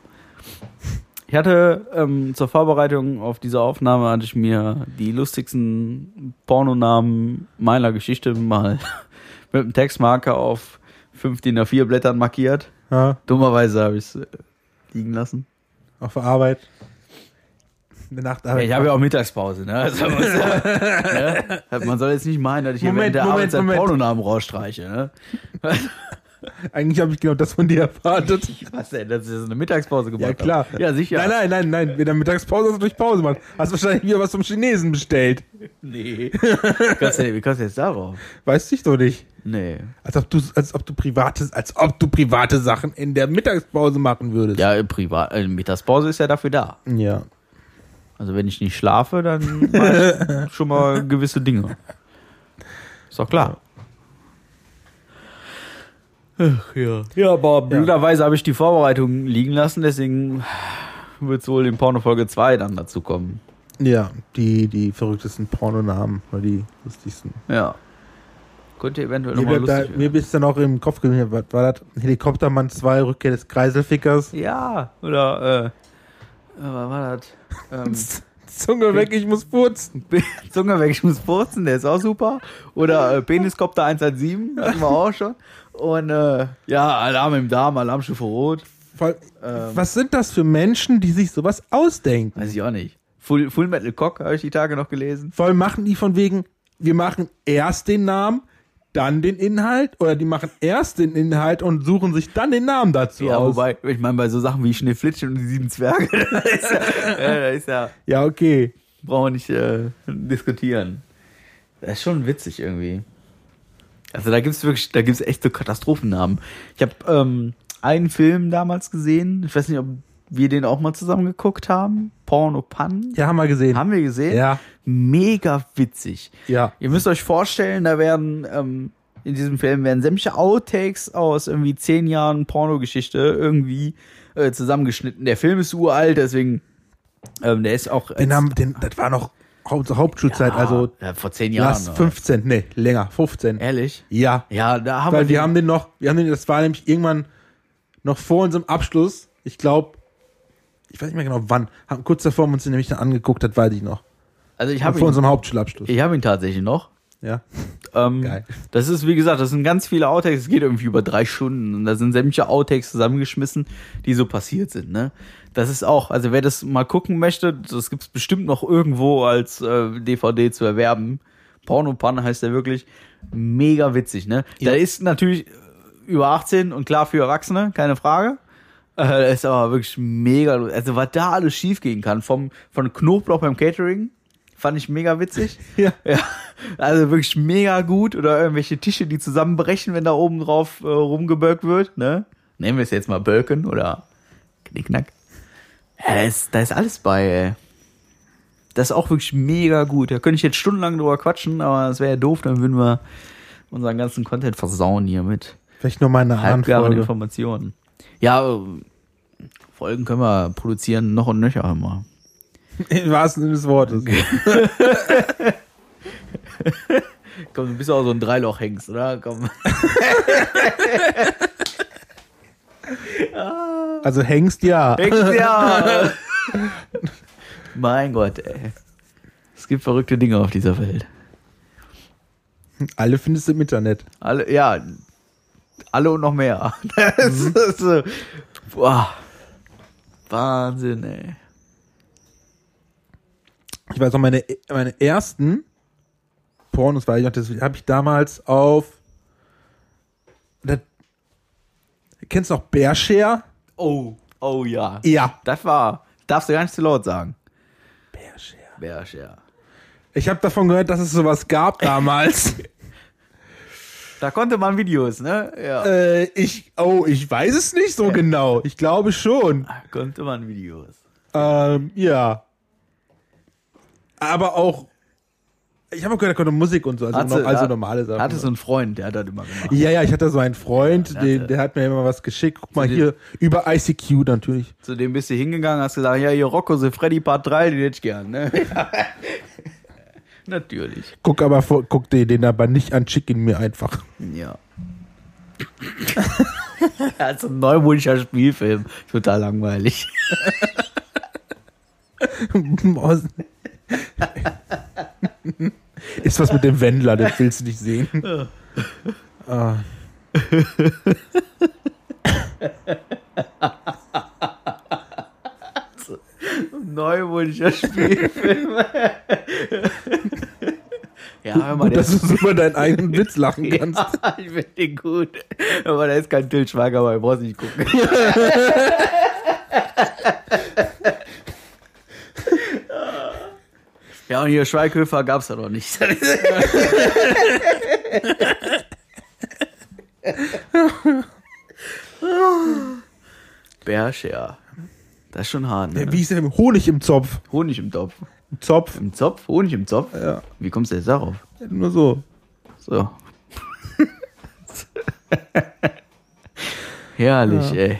Speaker 1: Ich hatte ähm, zur Vorbereitung auf diese Aufnahme hatte ich mir die lustigsten Pornonamen meiner Geschichte mal (laughs) mit einem Textmarker auf 5 DIN A4 Blättern markiert.
Speaker 2: Ja,
Speaker 1: Dummerweise habe ich es liegen lassen.
Speaker 2: auch für Arbeit. Eine Nachtarbeit.
Speaker 1: Ich habe ja auch Mittagspause, ne? (laughs) Also man, soll, ne? man soll jetzt nicht meinen, dass ich hier während
Speaker 2: Moment,
Speaker 1: der
Speaker 2: Moment,
Speaker 1: Arbeitszeit
Speaker 2: Moment.
Speaker 1: Pornonamen rausstreiche, ne?
Speaker 2: Eigentlich habe ich genau das von dir erwartet.
Speaker 1: (laughs) Was denn? Dass ich das in der Mittagspause gemacht
Speaker 2: Ja, klar.
Speaker 1: habe. Ja, sicher.
Speaker 2: Nein, nein, nein, nein. Mit der Mittagspause hast du durch Pause gemacht. Hast wahrscheinlich wieder was vom Chinesen bestellt.
Speaker 1: Nee. Wie kommst, du, wie kommst du jetzt darauf?
Speaker 2: Weißt dich doch nicht.
Speaker 1: Nee.
Speaker 2: Als ob du, als ob du private, als ob du private Sachen in der Mittagspause machen würdest.
Speaker 1: Ja, im privat. äh, Mittagspause ist ja dafür da.
Speaker 2: Ja.
Speaker 1: Also wenn ich nicht schlafe, dann (laughs) mache ich schon mal gewisse Dinge. Ist doch klar. Ach ja. Ja, aber blöderweise habe ich die Vorbereitung liegen lassen, deswegen wird es wohl in Pornofolge 2 dann dazu kommen.
Speaker 2: Ja, die, die verrücktesten Pornonamen oder die lustigsten.
Speaker 1: Ja. Könnte eventuell
Speaker 2: Mir,
Speaker 1: nochmal
Speaker 2: bleibt da,
Speaker 1: lustig
Speaker 2: mir
Speaker 1: werden.
Speaker 2: ist dann auch im Kopf geblieben, was war das? Helikoptermann 2, Rückkehr des Kreiselfickers.
Speaker 1: Ja, oder äh, äh, was war das? (laughs) Ähm,
Speaker 2: Zunge weg, ich muss furzen.
Speaker 1: (laughs) Zunge weg, ich muss furzen, der ist auch super. Oder äh, Peniskopter 117, hatten wir auch schon. Und äh, ja, Alarm im Darm, Alarmstufe Rot.
Speaker 2: Vor allem,
Speaker 1: Ähm.
Speaker 2: Was sind das für Menschen, die sich sowas ausdenken?
Speaker 1: Weiß ich auch nicht. Full, Full Metal Cock habe ich die Tage noch gelesen.
Speaker 2: Vor allem machen die von wegen, wir machen erst den Namen, dann den Inhalt oder die machen erst den Inhalt und suchen sich dann den Namen dazu
Speaker 1: Ja,
Speaker 2: aus.
Speaker 1: wobei, ich meine, bei so Sachen wie Schneeflittchen und die sieben Zwerge, (laughs) da ist ja, äh, da ist ja
Speaker 2: Ja, okay.
Speaker 1: brauchen wir nicht äh, diskutieren. Das ist schon witzig irgendwie. Also da gibt's wirklich, da gibt's echt so Katastrophennamen. Ich habe ähm, einen Film damals gesehen, ich weiß nicht, ob wir den auch mal zusammen geguckt haben. Porno Pan.
Speaker 2: Ja, haben wir gesehen.
Speaker 1: Haben wir gesehen?
Speaker 2: Ja.
Speaker 1: Mega witzig.
Speaker 2: Ja.
Speaker 1: Ihr müsst euch vorstellen, da werden ähm, in diesem Film werden sämtliche Outtakes aus irgendwie zehn Jahren Pornogeschichte irgendwie äh, zusammengeschnitten. Der Film ist uralt, deswegen ähm, der ist auch
Speaker 2: Den haben, den, das war noch Haupt, Hauptschulzeit, also
Speaker 1: Ah, ja, vor zehn
Speaker 2: lass
Speaker 1: Jahren. oder?
Speaker 2: 15, nee, länger, 15.
Speaker 1: Ehrlich?
Speaker 2: Ja.
Speaker 1: Ja, da haben
Speaker 2: Weil
Speaker 1: wir
Speaker 2: wir haben den noch, wir haben den, das war nämlich irgendwann noch vor unserem Abschluss, ich glaube, ich weiß nicht mehr genau wann, haben kurz davor haben wir uns den nämlich dann angeguckt, das weiß ich noch.
Speaker 1: also ich habe
Speaker 2: vor
Speaker 1: ihn,
Speaker 2: unserem Hauptschulabschluss.
Speaker 1: ich hab ihn tatsächlich noch.
Speaker 2: Ja.
Speaker 1: Ähm,
Speaker 2: Geil.
Speaker 1: Das ist, wie gesagt, das sind ganz viele Outtakes. Es geht irgendwie über drei Stunden und da sind sämtliche Outtakes zusammengeschmissen, die so passiert sind. Ne? Das ist auch, also wer das mal gucken möchte, das gibt's bestimmt noch irgendwo als äh, DVD zu erwerben. Pornopan heißt der wirklich. Mega witzig, ne? Der ist natürlich äh, über 18 und klar für Erwachsene, keine Frage. Äh, der ist aber wirklich mega, lu- also was da alles schief gehen kann, vom, von Knoblauch beim Catering, fand ich mega witzig.
Speaker 2: Ja.
Speaker 1: Ja, also wirklich mega gut. Oder irgendwelche Tische, die zusammenbrechen, wenn da oben drauf äh, rumgebölkt wird. Ne? Nehmen wir es jetzt mal Bölken oder Knickknack. Ja, da, ist, da ist alles bei, ey. Das ist auch wirklich mega gut. Da könnte ich jetzt stundenlang drüber quatschen, aber das wäre ja doof, dann würden wir unseren ganzen Content versauen hier mit
Speaker 2: Vielleicht nur meine
Speaker 1: halbgaren
Speaker 2: Anfrage.
Speaker 1: Informationen. Ja, äh, Folgen können wir produzieren, noch und nöcher immer.
Speaker 2: Im wahrsten Sinne des Wortes.
Speaker 1: Komm, du bist auch so ein Dreiloch-Hengst, oder? Komm.
Speaker 2: Also Hengst ja.
Speaker 1: ja. (laughs) mein Gott, ey. Es gibt verrückte Dinge auf dieser Welt.
Speaker 2: Alle findest du im Internet.
Speaker 1: Alle, ja, alle und noch mehr. (laughs) Das
Speaker 2: Mhm.
Speaker 1: ist so, boah. Wahnsinn, ey.
Speaker 2: Ich weiß noch, meine, meine ersten Pornos, weil ich noch, das habe ich damals auf. Das, kennst du noch Bearshare?
Speaker 1: Oh, oh ja.
Speaker 2: Ja.
Speaker 1: Das war, darfst du gar nicht zu laut sagen. Bärsch, ja.
Speaker 2: Ich habe davon gehört, dass es sowas gab damals.
Speaker 1: Da konnte man Videos, ne? Ja.
Speaker 2: (laughs) äh, ich, oh, ich weiß es nicht so genau. Ich glaube schon.
Speaker 1: Da konnte man Videos.
Speaker 2: Ähm, ja. Aber auch, ich habe auch gehört, er konnte Musik und so, also,
Speaker 1: Hatte-
Speaker 2: no- also
Speaker 1: hat-
Speaker 2: normale Sachen.
Speaker 1: Hatte so einen Freund, der hat das immer gemacht.
Speaker 2: ja, ja, ich hatte so einen Freund,
Speaker 1: Ja, der
Speaker 2: den,
Speaker 1: hatte-
Speaker 2: der hat mir immer was geschickt. Guck mal
Speaker 1: Zu
Speaker 2: hier, über ICQ natürlich.
Speaker 1: Zu dem bist du hingegangen, hast gesagt, ja, hier Rocco, The Freddy Part 3, den hätte ich gern, ne? Ja. (laughs) Natürlich,
Speaker 2: Guck aber vor, guck dir den aber nicht an, schick ihn mir einfach. (laughs)
Speaker 1: (laughs) ja. Also ein neumodischer Spielfilm. Total langweilig. (laughs)
Speaker 2: Ist was mit dem Wendler, den willst du nicht sehen. Ah.
Speaker 1: Neumodischer Spielfilm. (laughs) ja, hör mal,
Speaker 2: Gut,
Speaker 1: (laughs) der
Speaker 2: dass du so über deinen eigenen Witz lachen
Speaker 1: (laughs)
Speaker 2: kannst.
Speaker 1: ja, ich finde den gut. Aber da ist kein Till Schweiger, aber ich brauchst nicht gucken. (laughs) ja, und hier Schweighöfer gab's da doch nicht. (laughs) Bärsch, ja. Das ist schon hart, ne?
Speaker 2: Wie ist der mit Honig im Zopf?
Speaker 1: Honig im Topf.
Speaker 2: Im Zopf?
Speaker 1: Im Zopf? Honig im Zopf?
Speaker 2: Ja,
Speaker 1: Wie kommst du jetzt darauf?
Speaker 2: nur so.
Speaker 1: So. Herrlich, ey.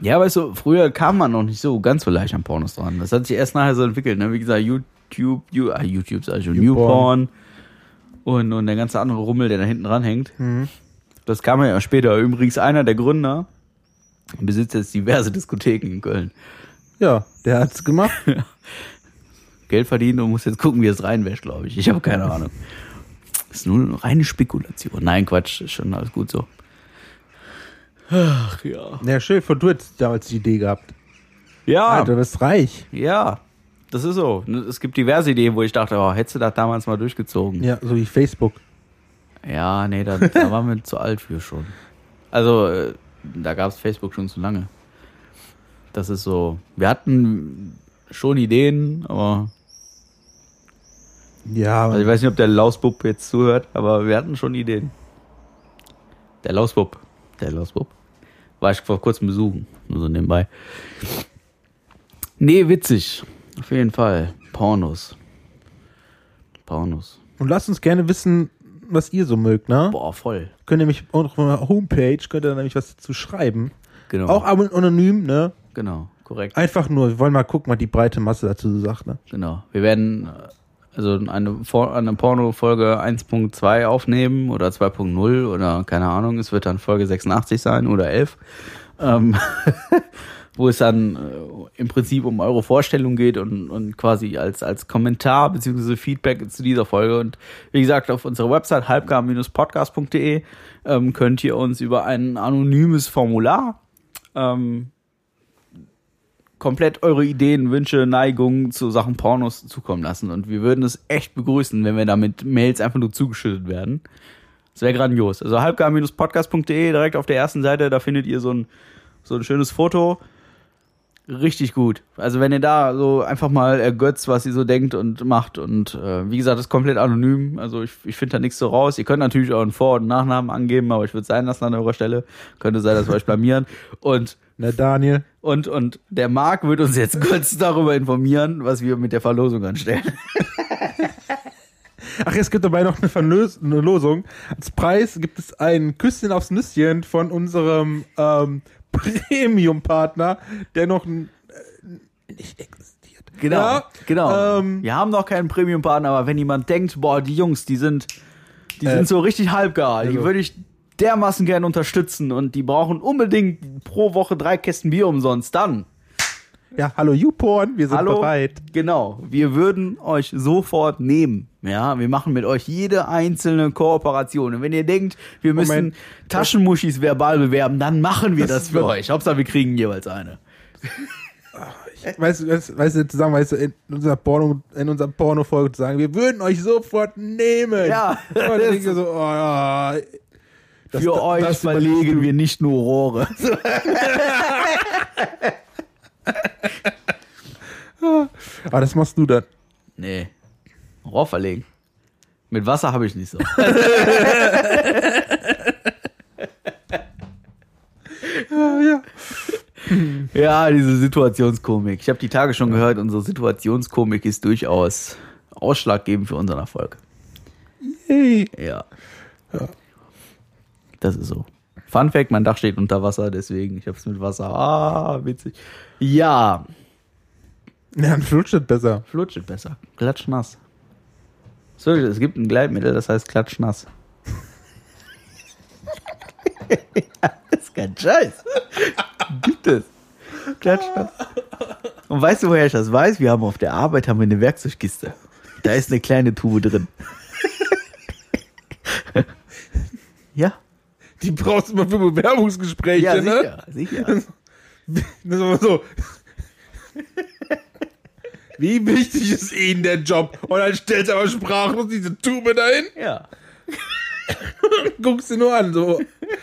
Speaker 1: Ja, weißt du, früher kam man noch nicht so ganz so leicht an Pornos dran. Das hat sich erst nachher so entwickelt, ne? Wie gesagt, YouTube, you, ah, YouTube, sag ich schon,
Speaker 2: YouPorn.
Speaker 1: YouPorn und, und der ganze andere Rummel, der da hinten dran hängt. Das kam ja später. Übrigens, einer der Gründer besitzt jetzt diverse Diskotheken in Köln.
Speaker 2: Ja, der hat's gemacht.
Speaker 1: Geld verdient und muss jetzt gucken, wie er es reinwäscht, glaube ich. Ich habe keine Ahnung. Ist nur eine reine Spekulation. Nein, Quatsch, ist schon alles gut so. Ach ja.
Speaker 2: Ja, schön, von du hättest damals die Idee gehabt.
Speaker 1: Ja,
Speaker 2: Alter, du bist reich.
Speaker 1: ja, das ist so. Ne, Es gibt diverse Ideen, wo ich dachte, oh, hättest du das damals mal durchgezogen.
Speaker 2: Ja, so wie Facebook.
Speaker 1: Ja, nee, da, da waren wir zu alt für schon. Also, äh, da gab es Facebook schon zu lange. Das ist so. Wir hatten schon Ideen, aber.
Speaker 2: Ja,
Speaker 1: Also, ich weiß nicht, ob der Lausbub jetzt zuhört, aber wir hatten schon Ideen. Der Lausbub. Der Lausbub. War ich vor kurzem besuchen. Nur so nebenbei. Nee, witzig. Auf jeden Fall. Pornos. Pornos.
Speaker 2: und lasst uns gerne wissen, was ihr so mögt, ne?
Speaker 1: Boah, voll.
Speaker 2: Könnt ihr nämlich auch auf meiner Homepage, könnt ihr nämlich was dazu schreiben.
Speaker 1: Genau.
Speaker 2: Auch an- anonym, ne?
Speaker 1: genau, korrekt.
Speaker 2: Einfach nur, wir wollen mal gucken, was die breite Masse dazu sagt, ne?
Speaker 1: Genau. Wir werden äh, also eine, For- eine Porno-Folge 1.2 aufnehmen oder 2.0 oder keine Ahnung. Es wird dann Folge 86 sein oder 11. Ähm, (laughs) wo es dann äh, im Prinzip um eure Vorstellung geht und, und quasi als, als Kommentar bzw. Feedback zu dieser Folge. Und wie gesagt, auf unserer Website halbgar-podcast.de ähm, könnt ihr uns über ein anonymes Formular ähm, komplett eure Ideen, Wünsche, Neigungen zu Sachen Pornos zukommen lassen. Und wir würden es echt begrüßen, wenn wir damit Mails einfach nur zugeschüttet werden. Das wäre grandios. Also halbgar-podcast.de, direkt auf der ersten Seite, da findet ihr so ein, so ein schönes Foto. Richtig gut. Also wenn ihr da so einfach mal ergötzt, was ihr so denkt und macht. Und äh, wie gesagt, das ist komplett anonym. Also ich, ich finde da nichts so raus. Ihr könnt natürlich euren Vor- und Nachnamen angeben, aber ich würde es sein lassen an eurer Stelle. Könnte sein, dass wir euch blamieren. Und
Speaker 2: Na, Ne, Daniel.
Speaker 1: und, und der Marc wird uns jetzt (laughs) kurz darüber informieren, was wir mit der Verlosung anstellen. (laughs)
Speaker 2: Ach, es gibt dabei noch eine Verlös eine Losung. Als Preis gibt es ein Küsschen aufs Nüsschen von unserem ähm, (laughs) Premium-Partner, der noch n- äh, nicht existiert. Ja,
Speaker 1: genau.
Speaker 2: Ähm,
Speaker 1: wir haben noch keinen Premium-Partner, aber wenn jemand denkt, boah, die Jungs, die sind, die
Speaker 2: Äh,
Speaker 1: sind so richtig halbgar, die
Speaker 2: also-
Speaker 1: würde ich dermaßen gern unterstützen und die brauchen unbedingt pro Woche drei Kästen Bier umsonst, dann.
Speaker 2: ja, hallo YouPorn, wir sind
Speaker 1: Hallo?
Speaker 2: bereit.
Speaker 1: Genau, wir würden euch sofort nehmen. Ja, wir machen mit euch jede einzelne Kooperation. Und wenn ihr denkt, wir müssen
Speaker 2: Moment.
Speaker 1: Taschenmuschis verbal bewerben, dann machen wir das,
Speaker 2: Das
Speaker 1: für
Speaker 2: wird-
Speaker 1: euch. Hauptsache, wir kriegen jeweils eine.
Speaker 2: Weißt du, weißt, weißt du, zusammen, weißt du, in unserer Porno, in unserer Porno-Folge zu sagen, wir würden euch sofort nehmen.
Speaker 1: Ja.
Speaker 2: Und ich denke so, oh, ja. Das-
Speaker 1: für
Speaker 2: das-
Speaker 1: euch
Speaker 2: das
Speaker 1: verlegen wir nicht nur Rohre.
Speaker 2: Aber das machst du dann.
Speaker 1: Nee. Rohr verlegen. Mit Wasser habe ich nicht so.
Speaker 2: Ja, ja.
Speaker 1: ja, diese Situationskomik. Ich habe die Tage schon gehört, unsere Situationskomik ist durchaus ausschlaggebend für unseren Erfolg.
Speaker 2: Hey.
Speaker 1: Ja. Das ist so. Fun Fact, mein Dach steht unter Wasser, deswegen, ich hab's mit Wasser. Ah, witzig. Ja,
Speaker 2: Ja, dann flutscht es besser.
Speaker 1: flutscht besser. Klatschnass. So, es gibt ein Gleitmittel, das heißt klatschnass. (laughs) das ist kein Scheiß. Gibt es. Klatschnass. Und weißt du, woher ich das weiß? Wir haben auf der Arbeit haben wir eine Werkzeugkiste. Da ist eine kleine Tube drin. (laughs) ja.
Speaker 2: Die brauchst du immer für Bewerbungsgespräche,
Speaker 1: Ja,
Speaker 2: ne?
Speaker 1: sicher, sicher.
Speaker 2: Das ist
Speaker 1: (laughs)
Speaker 2: aber so. Wie wichtig ist Ihnen der Job? Und dann stellst du aber sprachlos diese Tube dahin,
Speaker 1: Ja.
Speaker 2: guckst sie nur an, so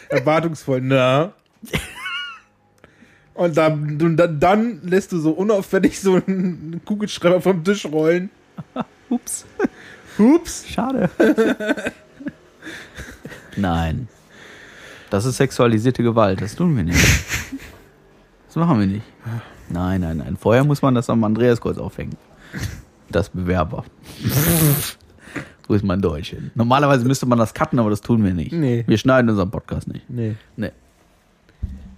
Speaker 2: erwartungsvoll, na? Und dann, und dann, dann lässt du so unauffällig so einen Kugelschreiber vom Tisch rollen.
Speaker 1: Ups.
Speaker 2: Hups.
Speaker 1: Schade. (laughs) Nein. Das ist sexualisierte Gewalt. Das tun wir nicht. Das machen wir nicht. Nein, nein, nein. Vorher muss man das am Andreas kurz aufhängen. Das Bewerber. Wo ist mein Deutsch hin? Normalerweise müsste man das cutten, aber das tun wir nicht.
Speaker 2: Nee.
Speaker 1: Wir schneiden unseren Podcast nicht.
Speaker 2: Nee.
Speaker 1: Nee.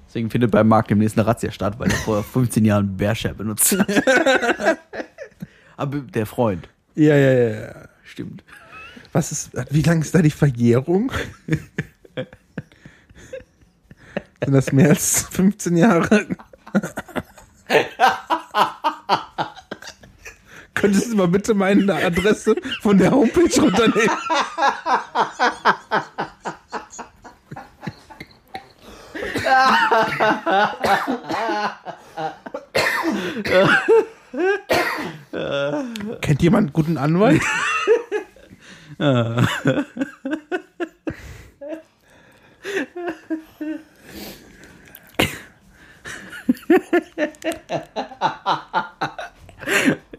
Speaker 1: Deswegen findet bei Marc demnächst eine Razzia statt, weil er vor 15 Jahren Bearshare benutzt hat. aber der Freund.
Speaker 2: Ja, ja, ja, ja.
Speaker 1: Stimmt.
Speaker 2: Was ist, wie lang ist da die Verjährung? Sind das mehr als 15 Jahre? Könntest du mal bitte meine Adresse von der Homepage runternehmen? Kennt jemand einen guten Anwalt?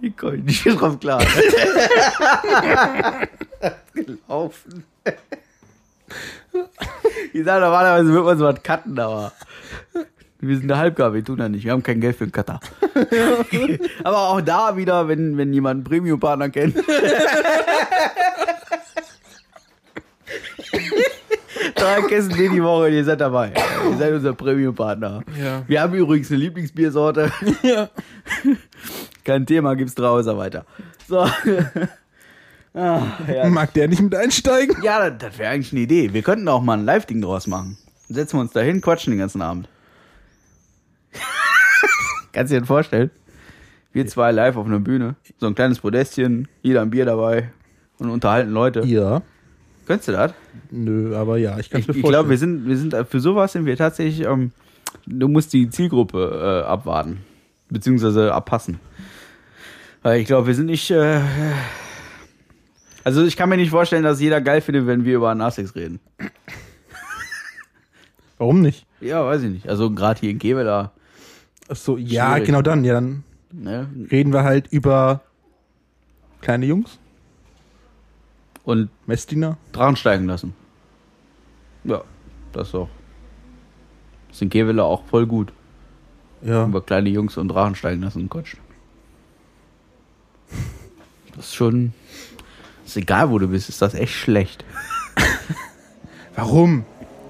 Speaker 1: Ich komme nicht drauf klar. Gelaufen. Ich sage, normalerweise wird man sowas cutten, aber wir sind eine Halbgabe, wir tun das nicht. Wir haben kein Geld für einen Cutter. aber auch da wieder, wenn, wenn jemand einen Premium-Partner kennt. (laughs) Drei Kästen Bier die Woche und ihr seid dabei. Ihr seid unser Premium-Partner.
Speaker 2: Ja.
Speaker 1: Wir haben übrigens eine Lieblingsbiersorte.
Speaker 2: Ja.
Speaker 1: Kein Thema, gibt's draußen weiter. So. Ah, ja,
Speaker 2: Mag der nicht mit
Speaker 1: (laughs)
Speaker 2: einsteigen?
Speaker 1: ja das, das wäre eigentlich eine Idee. Wir könnten auch mal ein Live-Ding draus machen. Dann Setzen wir uns da hin, quatschen den ganzen Abend. (laughs) Kannst du dir das vorstellen? Wir zwei live auf einer Bühne. So ein kleines Podestchen, jeder ein Bier dabei und unterhalten Leute.
Speaker 2: Ja.
Speaker 1: Könntest du das?
Speaker 2: Nö, aber ja, ich kann
Speaker 1: Ich,
Speaker 2: es mir
Speaker 1: ich glaube,
Speaker 2: vorstellen.
Speaker 1: wir sind, wir sind äh, für sowas sind wir tatsächlich. Ähm, du musst die Zielgruppe äh, abwarten, beziehungsweise abpassen. Weil ich glaube, wir sind nicht. Äh, also ich kann mir nicht vorstellen, dass jeder geil findet, wenn wir über Nasex reden.
Speaker 2: Warum nicht?
Speaker 1: Ja, weiß ich nicht. Also gerade hier in Kewe da.
Speaker 2: Ach so, ja,
Speaker 1: Schwierig.
Speaker 2: genau dann. Ja, dann
Speaker 1: Ne?
Speaker 2: reden wir halt über kleine Jungs,
Speaker 1: Und
Speaker 2: Messdiener.
Speaker 1: Drachen steigen lassen. Ja, das auch. Ist in Kevela auch voll gut.
Speaker 2: Ja.
Speaker 1: Über kleine Jungs und Drachen steigen lassen, Quatsch. Das ist schon. Ist egal, wo du bist, ist das echt schlecht.
Speaker 2: Warum?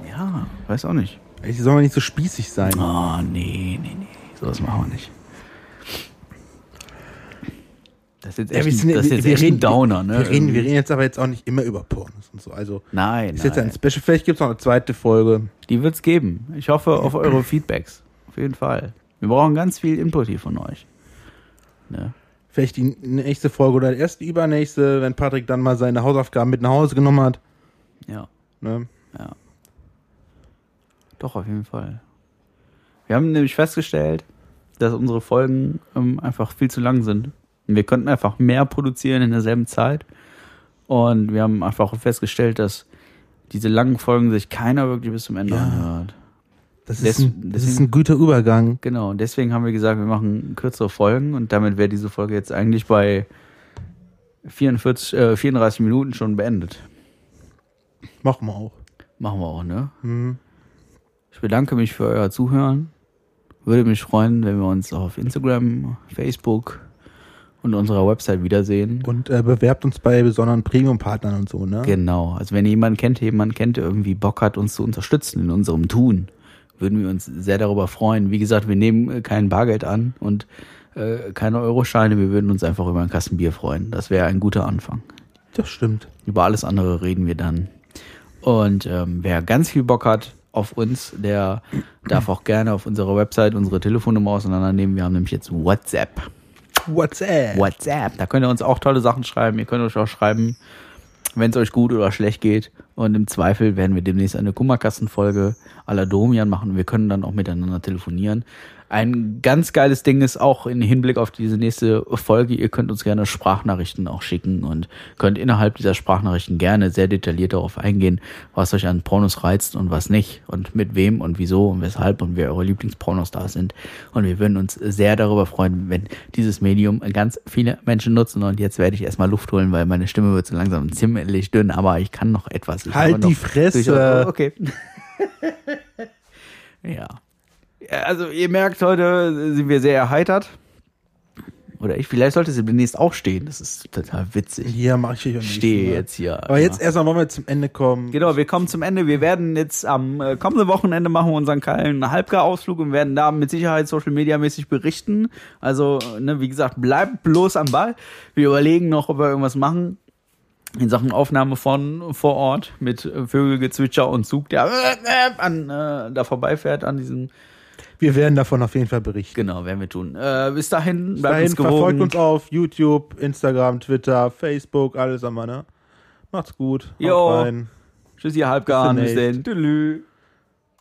Speaker 1: Ja, weiß auch nicht.
Speaker 2: Ey, Die sollen mal nicht so spießig sein.
Speaker 1: Oh, nee, nee, nee. Sowas machen wir nicht. Das ist jetzt echt,
Speaker 2: wir
Speaker 1: ein,
Speaker 2: sind-
Speaker 1: das ist
Speaker 2: wir-
Speaker 1: jetzt
Speaker 2: wir
Speaker 1: echt ein
Speaker 2: reden-
Speaker 1: Downer, ne?
Speaker 2: Wir reden, wir
Speaker 1: Irgendwie.
Speaker 2: reden jetzt aber jetzt auch nicht immer über Pornos und so. Also
Speaker 1: Nein,
Speaker 2: ist jetzt ein
Speaker 1: nein.
Speaker 2: Special. Vielleicht gibt es noch eine zweite Folge.
Speaker 1: Die wird's geben. Ich hoffe auf eure Feedbacks. Auf jeden Fall. Wir brauchen ganz viel Input hier von euch. Ne?
Speaker 2: Vielleicht die nächste Folge oder die erste übernächste, wenn Patrick dann mal seine Hausaufgaben mit nach Hause genommen hat.
Speaker 1: Ja.
Speaker 2: Ne?
Speaker 1: Ja. Doch, auf jeden Fall. Wir haben nämlich festgestellt, dass unsere Folgen ähm, einfach viel zu lang sind. Und Wir könnten einfach mehr produzieren in derselben Zeit. Und wir haben einfach auch festgestellt, dass diese langen Folgen sich keiner wirklich bis zum Ende
Speaker 2: Ja.
Speaker 1: anhört.
Speaker 2: Das
Speaker 1: Des-
Speaker 2: ist, ein, das ist
Speaker 1: deswegen-
Speaker 2: ein guter Übergang.
Speaker 1: Genau, und deswegen haben wir gesagt, wir machen kürzere Folgen und damit wäre diese Folge jetzt eigentlich bei 44, äh, 34 Minuten schon beendet.
Speaker 2: Machen wir auch.
Speaker 1: Machen wir auch, ne?
Speaker 2: Mhm.
Speaker 1: Ich bedanke mich für euer Zuhören. Würde mich freuen, wenn wir uns auf Instagram, Facebook und unserer Website wiedersehen.
Speaker 2: Und äh, bewerbt uns bei besonderen Premium-Partnern und so, ne?
Speaker 1: Genau. Also wenn ihr jemanden kennt, der jemanden kennt, der irgendwie Bock hat, uns zu unterstützen in unserem Tun, würden wir uns sehr darüber freuen. Wie gesagt, wir nehmen äh, kein Bargeld an und äh, keine Euroscheine. Wir würden uns einfach über einen Kasten Bier freuen. Das wäre ein guter Anfang.
Speaker 2: Das stimmt.
Speaker 1: Über alles andere reden wir dann. Und ähm, wer ganz viel Bock hat auf uns, der darf auch gerne auf unserer Website unsere Telefonnummer auseinandernehmen. Wir haben nämlich jetzt WhatsApp.
Speaker 2: WhatsApp.
Speaker 1: WhatsApp. Da könnt ihr uns auch tolle Sachen schreiben. Ihr könnt euch auch schreiben, wenn es euch gut oder schlecht geht. Und im Zweifel werden wir demnächst eine Kummerkastenfolge à la Domian machen. Wir können dann auch miteinander telefonieren. Ein ganz geiles Ding ist auch im Hinblick auf diese nächste Folge, ihr könnt uns gerne Sprachnachrichten auch schicken und könnt innerhalb dieser Sprachnachrichten gerne sehr detailliert darauf eingehen, was euch an Pornos reizt und was nicht und mit wem und wieso und weshalb und wer eure Lieblingspornostars sind. Und wir würden uns sehr darüber freuen, wenn dieses Medium ganz viele Menschen nutzen. Und jetzt werde ich erstmal Luft holen, weil meine Stimme wird so langsam ziemlich dünn, aber ich kann noch etwas. Ich
Speaker 2: Halt
Speaker 1: habe noch
Speaker 2: die Fresse.
Speaker 1: durchaus- oh, (laughs) Okay. ja. Ja, Also ihr merkt, heute sind wir sehr erheitert. Oder ich, vielleicht sollte sie demnächst auch stehen. Das ist total witzig.
Speaker 2: Hier mache ich euch am
Speaker 1: Ich
Speaker 2: nächsten
Speaker 1: stehe
Speaker 2: Mal.
Speaker 1: jetzt hier.
Speaker 2: Aber jetzt
Speaker 1: Ja.
Speaker 2: erstmal wollen wir zum Ende kommen.
Speaker 1: Genau, wir kommen zum Ende. Wir werden jetzt am äh, kommenden Wochenende machen wir unseren kleinen Halbgar-Ausflug und werden da mit Sicherheit Social Media mäßig berichten. Also, äh, ne, wie gesagt, bleibt bloß am Ball. Wir überlegen noch, ob wir irgendwas machen. In Sachen Aufnahme von vor Ort mit äh, Vögelgezwitscher und Zug, der äh, äh, an, äh, da vorbeifährt an diesem.
Speaker 2: Wir werden davon auf jeden Fall berichten.
Speaker 1: Genau, werden wir tun. Äh, bis dahin, bleibt
Speaker 2: Dahin
Speaker 1: uns gewogen.
Speaker 2: verfolgt uns auf YouTube, Instagram, Twitter, Facebook, alles am ne? Macht's gut. haut
Speaker 1: Jo.
Speaker 2: rein.
Speaker 1: Tschüss, ihr Halbgar.
Speaker 2: Bis
Speaker 1: Bis
Speaker 2: demnächst.
Speaker 1: dann. Tüdelü.